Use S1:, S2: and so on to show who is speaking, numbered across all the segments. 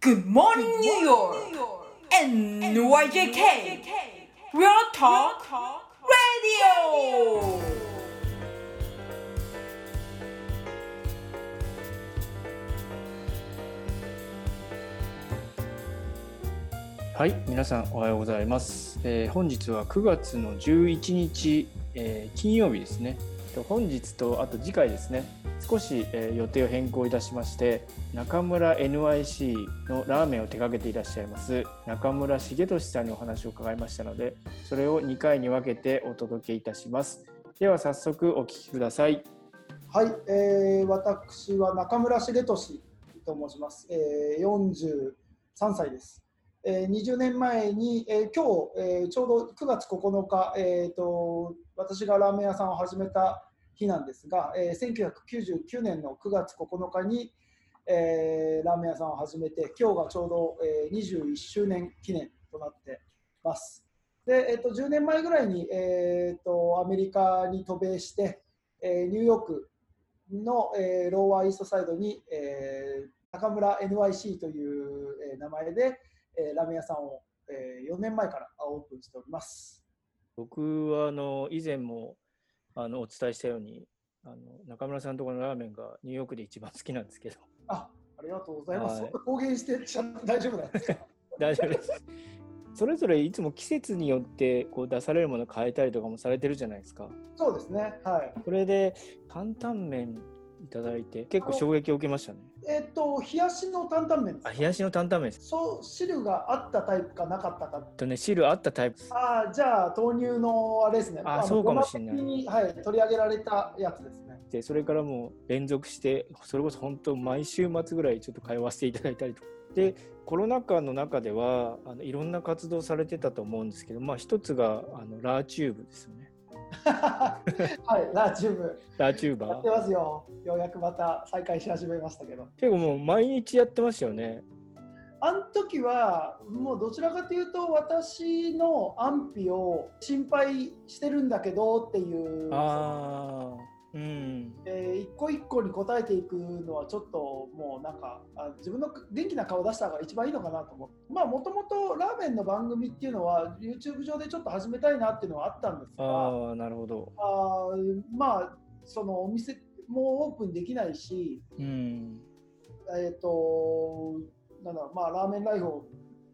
S1: Good morning, New York! NYJK! Real Talk Radio!
S2: はい、皆さんおはようございます。えー本日は9月の11日、えー金曜日ですね。と本日とあと次回ですね。少し、えー予定を変更いたしまして、中村 NYC のラーメンを手掛けていらっしゃいます中村茂俊さんにお話を伺いましたので、それを2回に分けてお届けいたします。では早速お聞きください。
S3: はい、えー、私は中村茂俊と申します。えー、43歳です。えー、20年前に、えー、今日、えー、ちょうど9月9日、えーと、私がラーメン屋さんを始めた日なんですが、えー、1999年の9月9日に、えー、ラーメン屋さんを始めて、今日がちょうど、えー、21周年記念となってます。で、えー、と10年前ぐらいに、えー、とアメリカに渡米して、えーニューヨークの、えーローワーイーストサイドに、えー中村 NYC という、えー名前で、えーラーメン屋さんを、え4年前からオープンしております。
S2: 僕はあの以前もあのお伝えしたようにあの中村さんのところのラーメンがニューヨークで一番好きなんですけど
S3: あありがとうございます。
S2: はい
S3: そんな公言してちゃって大丈夫なんです か
S2: 大丈夫ですそれぞれいつも季節によってこう出されるもの変えたりとかもされてるじゃないですか
S3: そうですね。はい。
S2: それで担々麺いただいて結構衝撃を受けましたね
S3: えっ、と、冷やしの担々麺
S2: あ
S3: です。
S2: 冷やしの担々麺です
S3: そう、汁があったタイプかなかったか。
S2: えっとね汁あったタイプです
S3: ああ、じゃあ、豆乳のあれですね。
S2: あ
S3: の
S2: そうかもしれない
S3: ごま的にはい、取り上げられたやつです ね。
S2: でそれからもう連続してそれこそ本当毎週末ぐらいちょっと通わせていただいたりとかでコロナ禍の中ではあのいろんな活動されてたと思うんですけどまあ一つがあのラーチューブですよね
S3: はい、ラジウム。
S2: ラーチューバ
S3: やっ
S2: ー
S3: てますよ。ようやくまた再開し始めましたけど。
S2: 結構もう毎日やってましたよね
S3: あの時は、もうどちらかというと、私の安否を心配してるんだけどっていう、
S2: ああうん
S3: えー一個一個に答えていくのは、ちょっともうなんか、あ自分の元気な顔出した方が一番いいのかなと思って、まあ、もともとラーメンの番組っていうのは、YouTube 上でちょっと始めたいなっていうのはあったんですが、
S2: ああなるほど
S3: あーまあ、そのお店もオープンできないし、
S2: うん
S3: えっ、と、なんだろうまあ、ラーメンライフを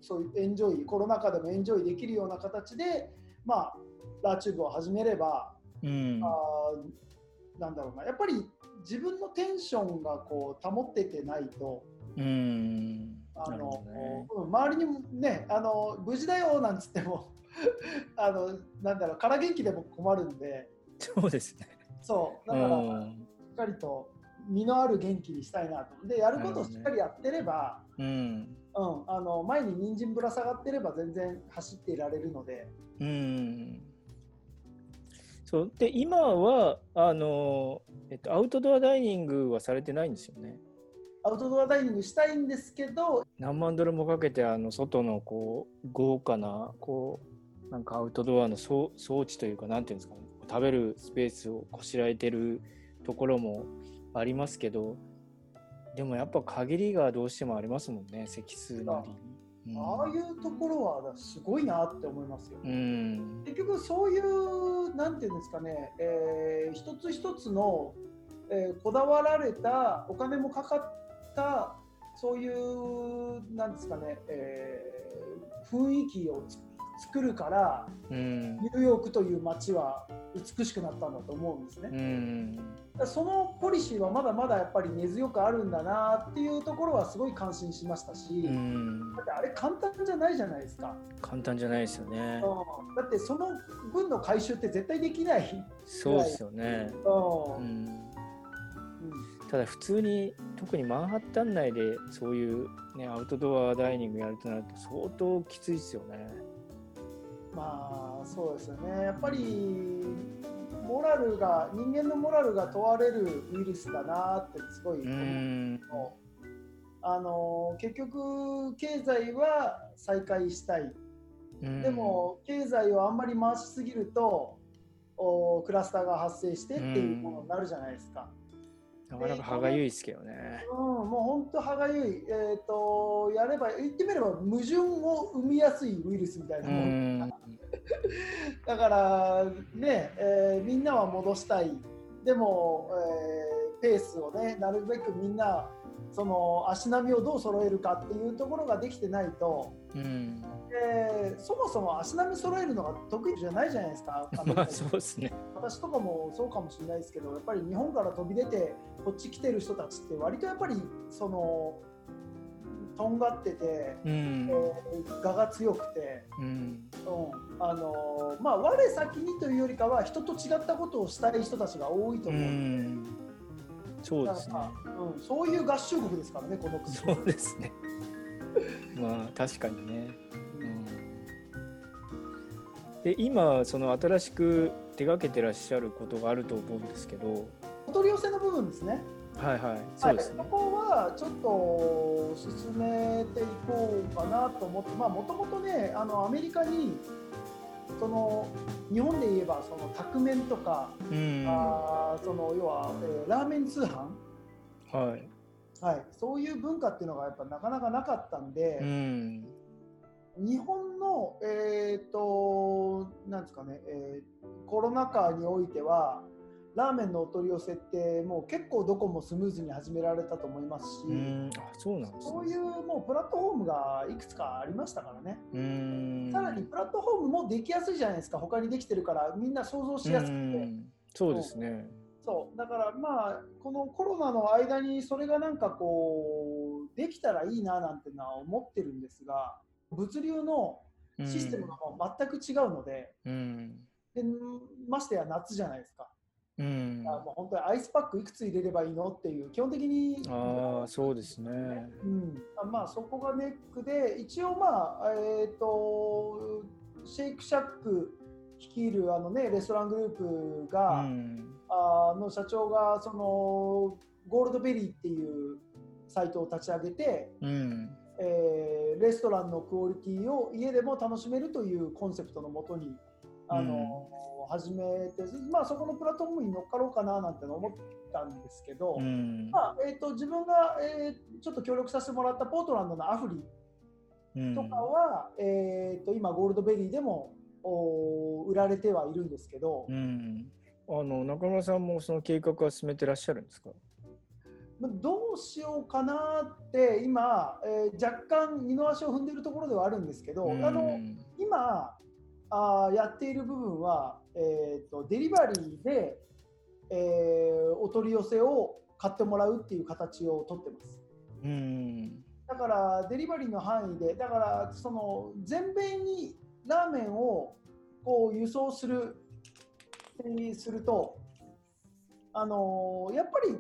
S3: そういうエンジョイ、コロナ禍でもエンジョイできるような形で、まあ、ラーチューブを始めれば、
S2: うん
S3: あーなんだろうな、やっぱり自分のテンションがこう保っててないと、
S2: うん
S3: あ
S2: なる
S3: の
S2: ほどね
S3: うん周りにもねあの、無事だよなんつっても あの、なんだろう、から元気でも困るんで、
S2: そうですね
S3: そう、
S2: う
S3: だから、
S2: ん
S3: しっかりと身のある元気にしたいなと。で、やることをしっかりやってれば、
S2: うん
S3: うん、あの前に人参ぶら下がってれば全然走っていられるので、
S2: うんそうで今はあの、えっと、アウトドアダイニングはされてないんですよね。
S3: アウトドアダイニングしたいんですけど、
S2: 何万ドルもかけてあの外のこう豪華なこうなんかアウトドアの装装置というかなんていうんですかね食べるスペースをこしらえてるところもありますけどでもやっぱ限りがどうしてもありますもんね席数なりに。うん
S3: ああいうところはすごいなって思いますよ。
S2: うん
S3: 結局そういう、なんていうんですかね、えー一つ一つの、えーこだわられた、お金もかかった、そういう、なんですかね、えー雰囲気をつ作るから、
S2: うん
S3: ニューヨークという街は美しくなったんだと思うんですね。
S2: うん
S3: そのポリシーはまだまだやっぱり根強くあるんだなっていうところはすごい感心しましたし、
S2: うん
S3: だってあれ簡単じゃないじゃないですか、
S2: 簡単じゃないですよね。
S3: うんだってその分の回収って絶対できない、
S2: そうですよね。
S3: うん
S2: うんただ普通に特にマンハッタン内でそういう、ね、アウトドアダイニングやるとなると相当きついですよね。
S3: まあそうですよねやっぱりモラルが人間のモラルが問われるウイルスだなってすごい
S2: う
S3: 思う
S2: ーん
S3: あの結局経済は再開したい
S2: うん
S3: でも経済をあんまり回しすぎるとおクラスターが発生してっていうものになるじゃないですか。
S2: なかなか歯がゆいですけどね。
S3: うん、もう本当歯がゆい、えーと、をやれば言ってみれば矛盾を生みやすいウイルスみたいな
S2: う
S3: もの
S2: ん
S3: だからね、えーみんなは戻したいでも、えーペースをねなるべくみんなその足並みをどう揃えるかっていうところができてないと、
S2: うん
S3: えーそもそも足並み揃えるのが得意じゃないじゃないですか。あ の
S2: まあそうですね
S3: 私とかもそうかもしれないですけどやっぱり日本から飛び出てこっち来てる人たちって割とやっぱりそのとんがってて、
S2: うん
S3: えー、我が強くて、
S2: うん
S3: うんあのーまあ、我先にというよりかは人と違ったことをしたい人たちが多いと
S2: う
S3: 思う、
S2: んそう
S3: だ
S2: ですね
S3: から、うん、そういう合衆国ですからねこの国
S2: そうですねまあ確かにねうんで今その新しく手がけてらっしゃることがあると思うんですけど
S3: お取り寄せの部分ですね
S2: はいはいそうですね
S3: はい、ここはちょっと進めていこうかなと思ってもともとねあのアメリカにその日本で言えばその宅麺とか、
S2: うんは
S3: あーその要は、えーラーメン通販、
S2: い
S3: はい、そういう文化っていうのがやっぱなかなかなかったん
S2: う
S3: で、
S2: ん
S3: 日本のえっ、となんですかね、えーコロナ禍においてはラーメンのお取り寄せってもう結構どこもスムーズに始められたと思いますし。
S2: うんあそうなんです
S3: そう
S2: ね
S3: いうもうプラットフォームがいくつかありましたからね、
S2: うん
S3: さらにプラットフォームもできやすいじゃないですか、他にできてるから、みんな想像しやすくて、
S2: うんそうですね
S3: そうだからまあ、このコロナの間にそれがなんかこう、できたらいいななんてのは思ってるんですが、物流のシステムがもう全く違うので、
S2: うん
S3: でましてや夏じゃないですか、
S2: うん
S3: だからもう本当にアイスパックいくつ入れればいいのっていう、基本的に。
S2: ああそうですね
S3: うん、あまあそこがネックで一応まあえっ、とシェイクシャック率いるあのねレストラングループ
S2: う
S3: が、
S2: ん
S3: あの社長がそのゴールドベリーっていうサイトを立ち上げて、
S2: うん
S3: えーレストランのクオリティを家でも楽しめるというコンセプトのもとに。あの始めて、まあ、そこのプラットフォームに乗っかろうかななんての思ったんですけど、
S2: うん
S3: まあえー、と自分が、えーちょっと協力させてもらったポートランドのアフリ
S2: うん
S3: とかは、えー、と今ゴールドベリーでもおー売られてはいるんですけど、
S2: うん、あの中村さんもその計画は進めてらっしゃるんですか。
S3: まあどうしようかなって今、えー若干二の足を踏んでいるところではあるんですけど、
S2: うん
S3: あの今あーやっている部分は、えー、とデリバリーで、えーお取り寄せを買ってもらうっていう形をとってます。
S2: うん、
S3: だからデリバリーの範囲でだからその全米にラーメンをこう輸送するにするとあのーやっぱり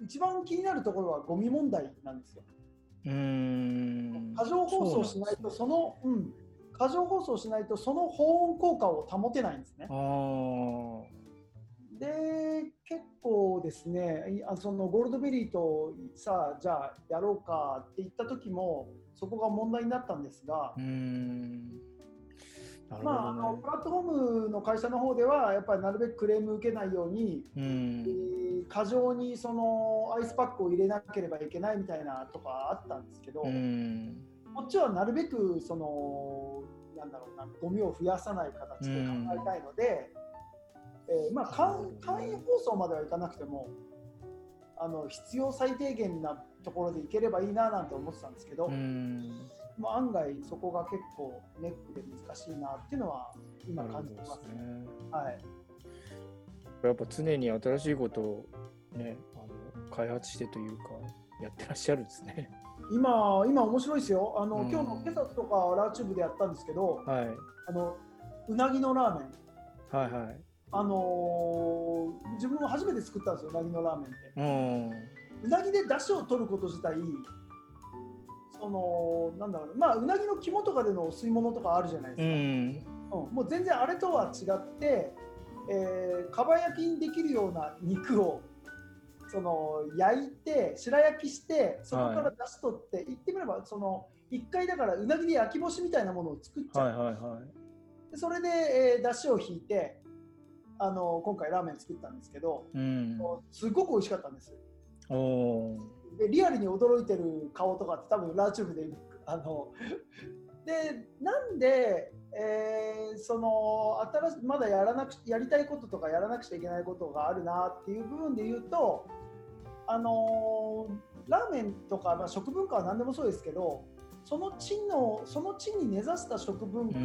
S3: 一番気になるところはゴミ問題なんですよ。
S2: うん、
S3: 過剰放送しないとそのうん過剰放送しないとその保温効果を保てないんですね。
S2: あ
S3: で結構ですねいあそのゴールドベリーとさあじゃあやろうかって言った時もそこが問題になったんですが
S2: あ、う、ん、なるほどね。
S3: まあ、あのプラットフォームの会社の方ではやっぱりなるべくクレーム受けないように、
S2: う
S3: え
S2: ん、
S3: ー過剰にそのアイスパックを入れなければいけないみたいなとかあったんですけど、
S2: うん、
S3: こっちはなるべくそのなんだろうなゴミを増やさない形で考えたいので、えーまあ、簡簡易放送まではいかなくてもあの必要最低限なところでいければいいななんて思ってたんですけど、
S2: うん、
S3: まあ、案外そこが結構ネックで難しいなっていうのは今感じてます
S2: なるほどですね。
S3: はい、
S2: やっぱ常に新しいことをね、あの開発してというかやってらっしゃるんですね。
S3: 今今面白いですよあの、
S2: うん
S3: 今日の今朝とかラーチューブでやったんですけど
S2: はい、
S3: あのうなぎのラーメン、
S2: はい、はい。
S3: あのー自分も初めて作ったんですようなぎのラーメンって。
S2: うん、
S3: うなぎで出汁を取ること自体そのなんだろうまあうなぎの肝とかでのお吸い物とかあるじゃないで
S2: う
S3: す
S2: ん、
S3: か、うんもう全然あれとは違って、えー、かば焼きにできるような肉をその焼いて白焼きしてそこから出汁取って、言ってみればその一回だからうなぎで焼き干しみたいなものを作っちゃう、
S2: はい、はい、はい。
S3: でそれで、えー、出汁を引いてあの今回ラーメン作ったんですけど
S2: うん、
S3: すごく美味しかったんです
S2: おお、
S3: でリアルに驚いてる顔とかって多分ラーチューブであのでなんで、えーその新しまだやらなくやりたいこととかやらなくちゃいけないことがあるなっていう部分で言うとあのーラーメンとか、まあ、食文化は何でもそうですけどその地のその地に根ざした食文化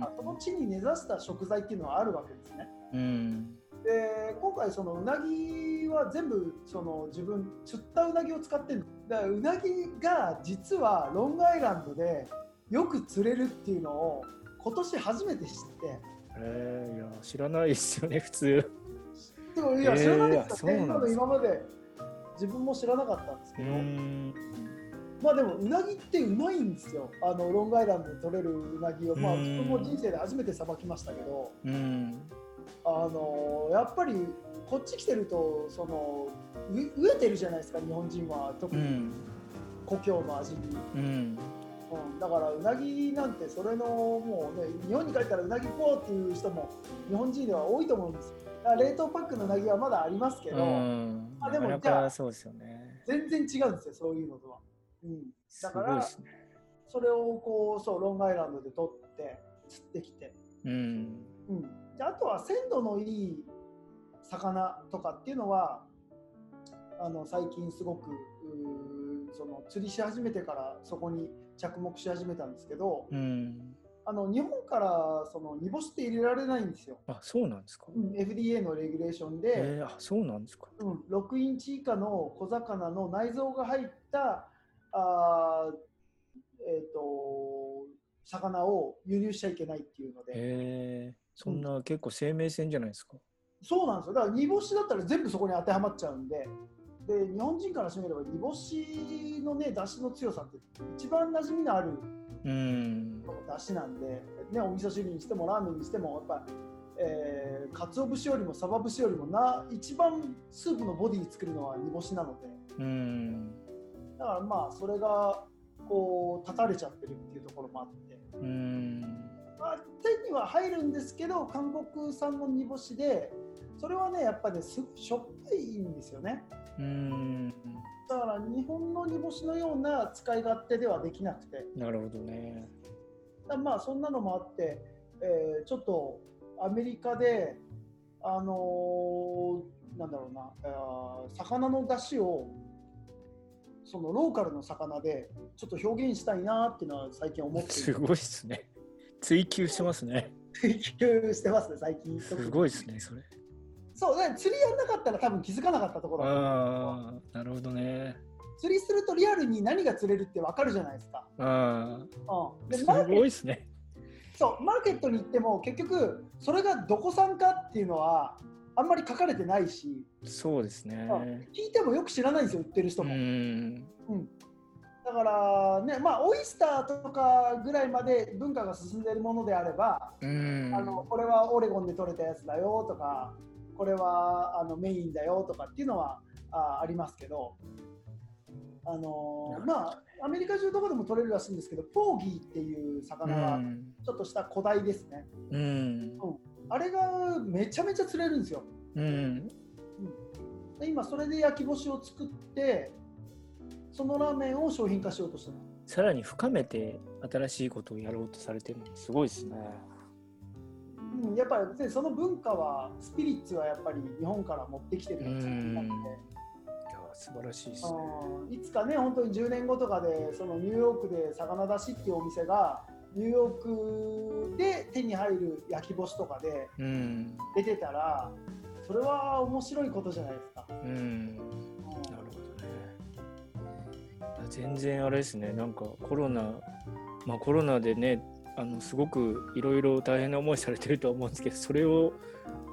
S3: とかその地に根ざした食材っていうのはあるわけですね。
S2: うん
S3: で今回そのうなぎは全部その自分釣ったうなぎを使ってるだからうなぎが実はロングアイランドでよく釣れるっていうのを今年初めて知って
S2: えー、いや知らないですよね普通
S3: でもいや知らなかったです
S2: えー
S3: ね、
S2: そうな
S3: 多
S2: んで
S3: 分
S2: す
S3: 今まで自分も知らなかったんですけど、
S2: ん
S3: まあでもうなぎってうまいんですよあのロングアイランドで取れるうなぎを、まあ、
S2: うん
S3: 自分も人生で初めてさばきましたけど。
S2: うん
S3: あのやっぱりこっち来てるとそのう飢えてるじゃないですか日本人は特
S2: う
S3: に
S2: ん
S3: 故郷の味に、
S2: うん
S3: うんだからうなぎなんてそれのもうね日本に帰ったらうなぎこうっていう人も日本人では多いと思うんですよだから冷凍パックのうなぎはまだありますけど、
S2: うん
S3: あでも
S2: な
S3: じ
S2: かな
S3: ゃ
S2: か
S3: あ
S2: そうですよね
S3: 全然違うんですよそういうのとは、うん、
S2: す
S3: だか
S2: ごい
S3: ら
S2: ですね
S3: それをこうそうロングアイランドで取って釣ってきて、
S2: うん
S3: うん、であとは鮮度のいい魚とかっていうのはあの最近すごくうーその釣りし始めてからそこに着目し始めたんですけど、
S2: うん
S3: あの日本からその煮干しって入れられないんですよ、
S2: あそうなんですか、
S3: うん、FDA のレギュレーションで、
S2: えー、あそうなんですか
S3: うん、6インチ以下の小魚の内臓が入ったあー、えー、と魚を輸入しちゃいけないっていうので、
S2: えー、そんな結構生命線じゃないですか
S3: そうなんですよだから煮干しだったら全部そこに当てはまっちゃうんでで日本人からしてみれば煮干しのね出汁の強さって一番馴染みのある
S2: うん
S3: 出汁なんで、ね、お味噌汁にしてもラーメンにしてもやっぱり、えー、鰹節よりもサバ節よりもな一番スープのボディ作るのは煮干しなので
S2: うん
S3: だからまあそれがこう断たれちゃってるっていうところもあって、
S2: うん
S3: まあ、手には入るんですけど韓国産の煮干しでそれはねやっぱねすしょっぱいんですよね
S2: うん
S3: だから日本の煮干しのような使い勝手ではできなくて
S2: なるほどね
S3: だまあそんなのもあって、えーちょっとアメリカであのーなんだろうなあー魚の出汁をそのローカルの魚でちょっと表現したいなっていうのは最近思って
S2: すごいですね追求してますね
S3: 追求してますね最近
S2: すごいですねそれ
S3: そうだから釣りやんなかったら多分気づかなかったところだと思うんで
S2: ああなるほどね
S3: すよ釣りするとリアルに何が釣れるってわかるじゃないですか、
S2: あ
S3: うん、
S2: あ
S3: ですマーケッ
S2: ごいですね
S3: そうマーケットに行っても結局それがどこ産かっていうのはあんまり書かれてないし、
S2: そうですね
S3: 聞いてもよく知らないんですよ売ってる人
S2: う
S3: も、
S2: ん
S3: だからねまあオイスターとかぐらいまで文化が進んでいるものであれば、
S2: うん
S3: あのこれはオレゴンで採れたやつだよとかこれはあのメインだよとかっていうのはあありますけどあ
S2: な
S3: のー
S2: るほ
S3: まあアメリカ中どこでも取れるらしいんですけどポーギーっていう魚
S2: う
S3: は
S2: ん
S3: ちょっとした古代ですね、
S2: うん
S3: あれがめちゃめちゃ釣れるんですよ。
S2: うん
S3: で今それで焼き干しを作ってそのラーメンを商品化しようとしてます。
S2: さらに深めて新しいことをやろうとされてるのすごいですね
S3: うん、やっぱり別にその文化はスピリッツはやっぱり日本から持ってきてるやつなんで、
S2: いや素晴らしいですね
S3: うん、いつかね本当に10年後とかでそのニューヨークで魚出しっていうお店がニューヨークで手に入る焼き干しとかで
S2: うん
S3: 出てたらそれは面白いことじゃないですか。
S2: うん
S3: うん
S2: なるほどね。いや全然あれですね、なんかコロナ、まあ、コロナでね、あのすごくいろいろ大変な思いされてるとは思うんですけど、それを、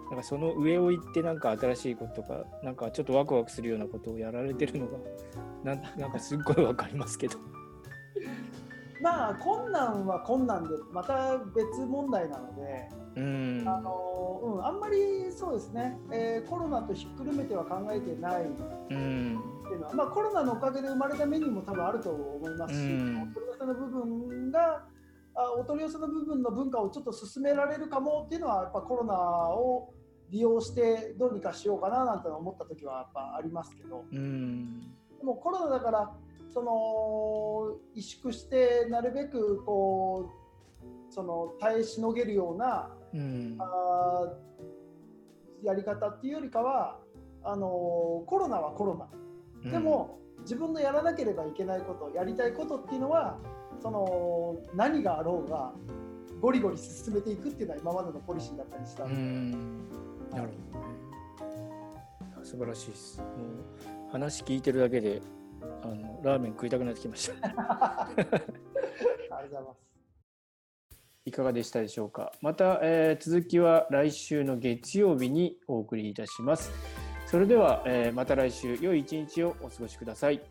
S2: なんかその上を行って、なんか新しいこととか、なんかちょっとワクワクするようなことをやられてるのが、なんなんかすっごいわかりますけど。
S3: まあ困難は困難でまた別問題なので、
S2: うん。
S3: あのうん、あんまりそうですね、えーコロナとひっくるめては考えてないっ
S2: うん。
S3: ていうのは、まあ、コロナのおかげで生まれたメニューも多分あると思いますし、
S2: うん
S3: お取り寄せの部分があお取り寄せの部分の文化をちょっと進められるかもっていうのはやっぱコロナを利用してどうにかしようかななんて思った時はやっぱありますけど、
S2: うん。
S3: でもコロナだからその萎縮してなるべくこうその耐えしのげるような
S2: うん
S3: あーやり方っていうよりかはあのーコロナはコロナで、も、自分のやらなければいけないことやりたいことっていうのはその何があろうがゴリゴリ進めていくっていうのは今までのポリシーだったりした
S2: うんん
S3: で、
S2: なるほどねいや素晴らしいですもう話聞いてるだけであのラーメン食いたくなってきました
S3: ありがとうございます。
S2: いかがでしたでしょうかまた、えー続きは来週の月曜日にお送りいたしますそれでは、えーまた来週良い一日をお過ごしください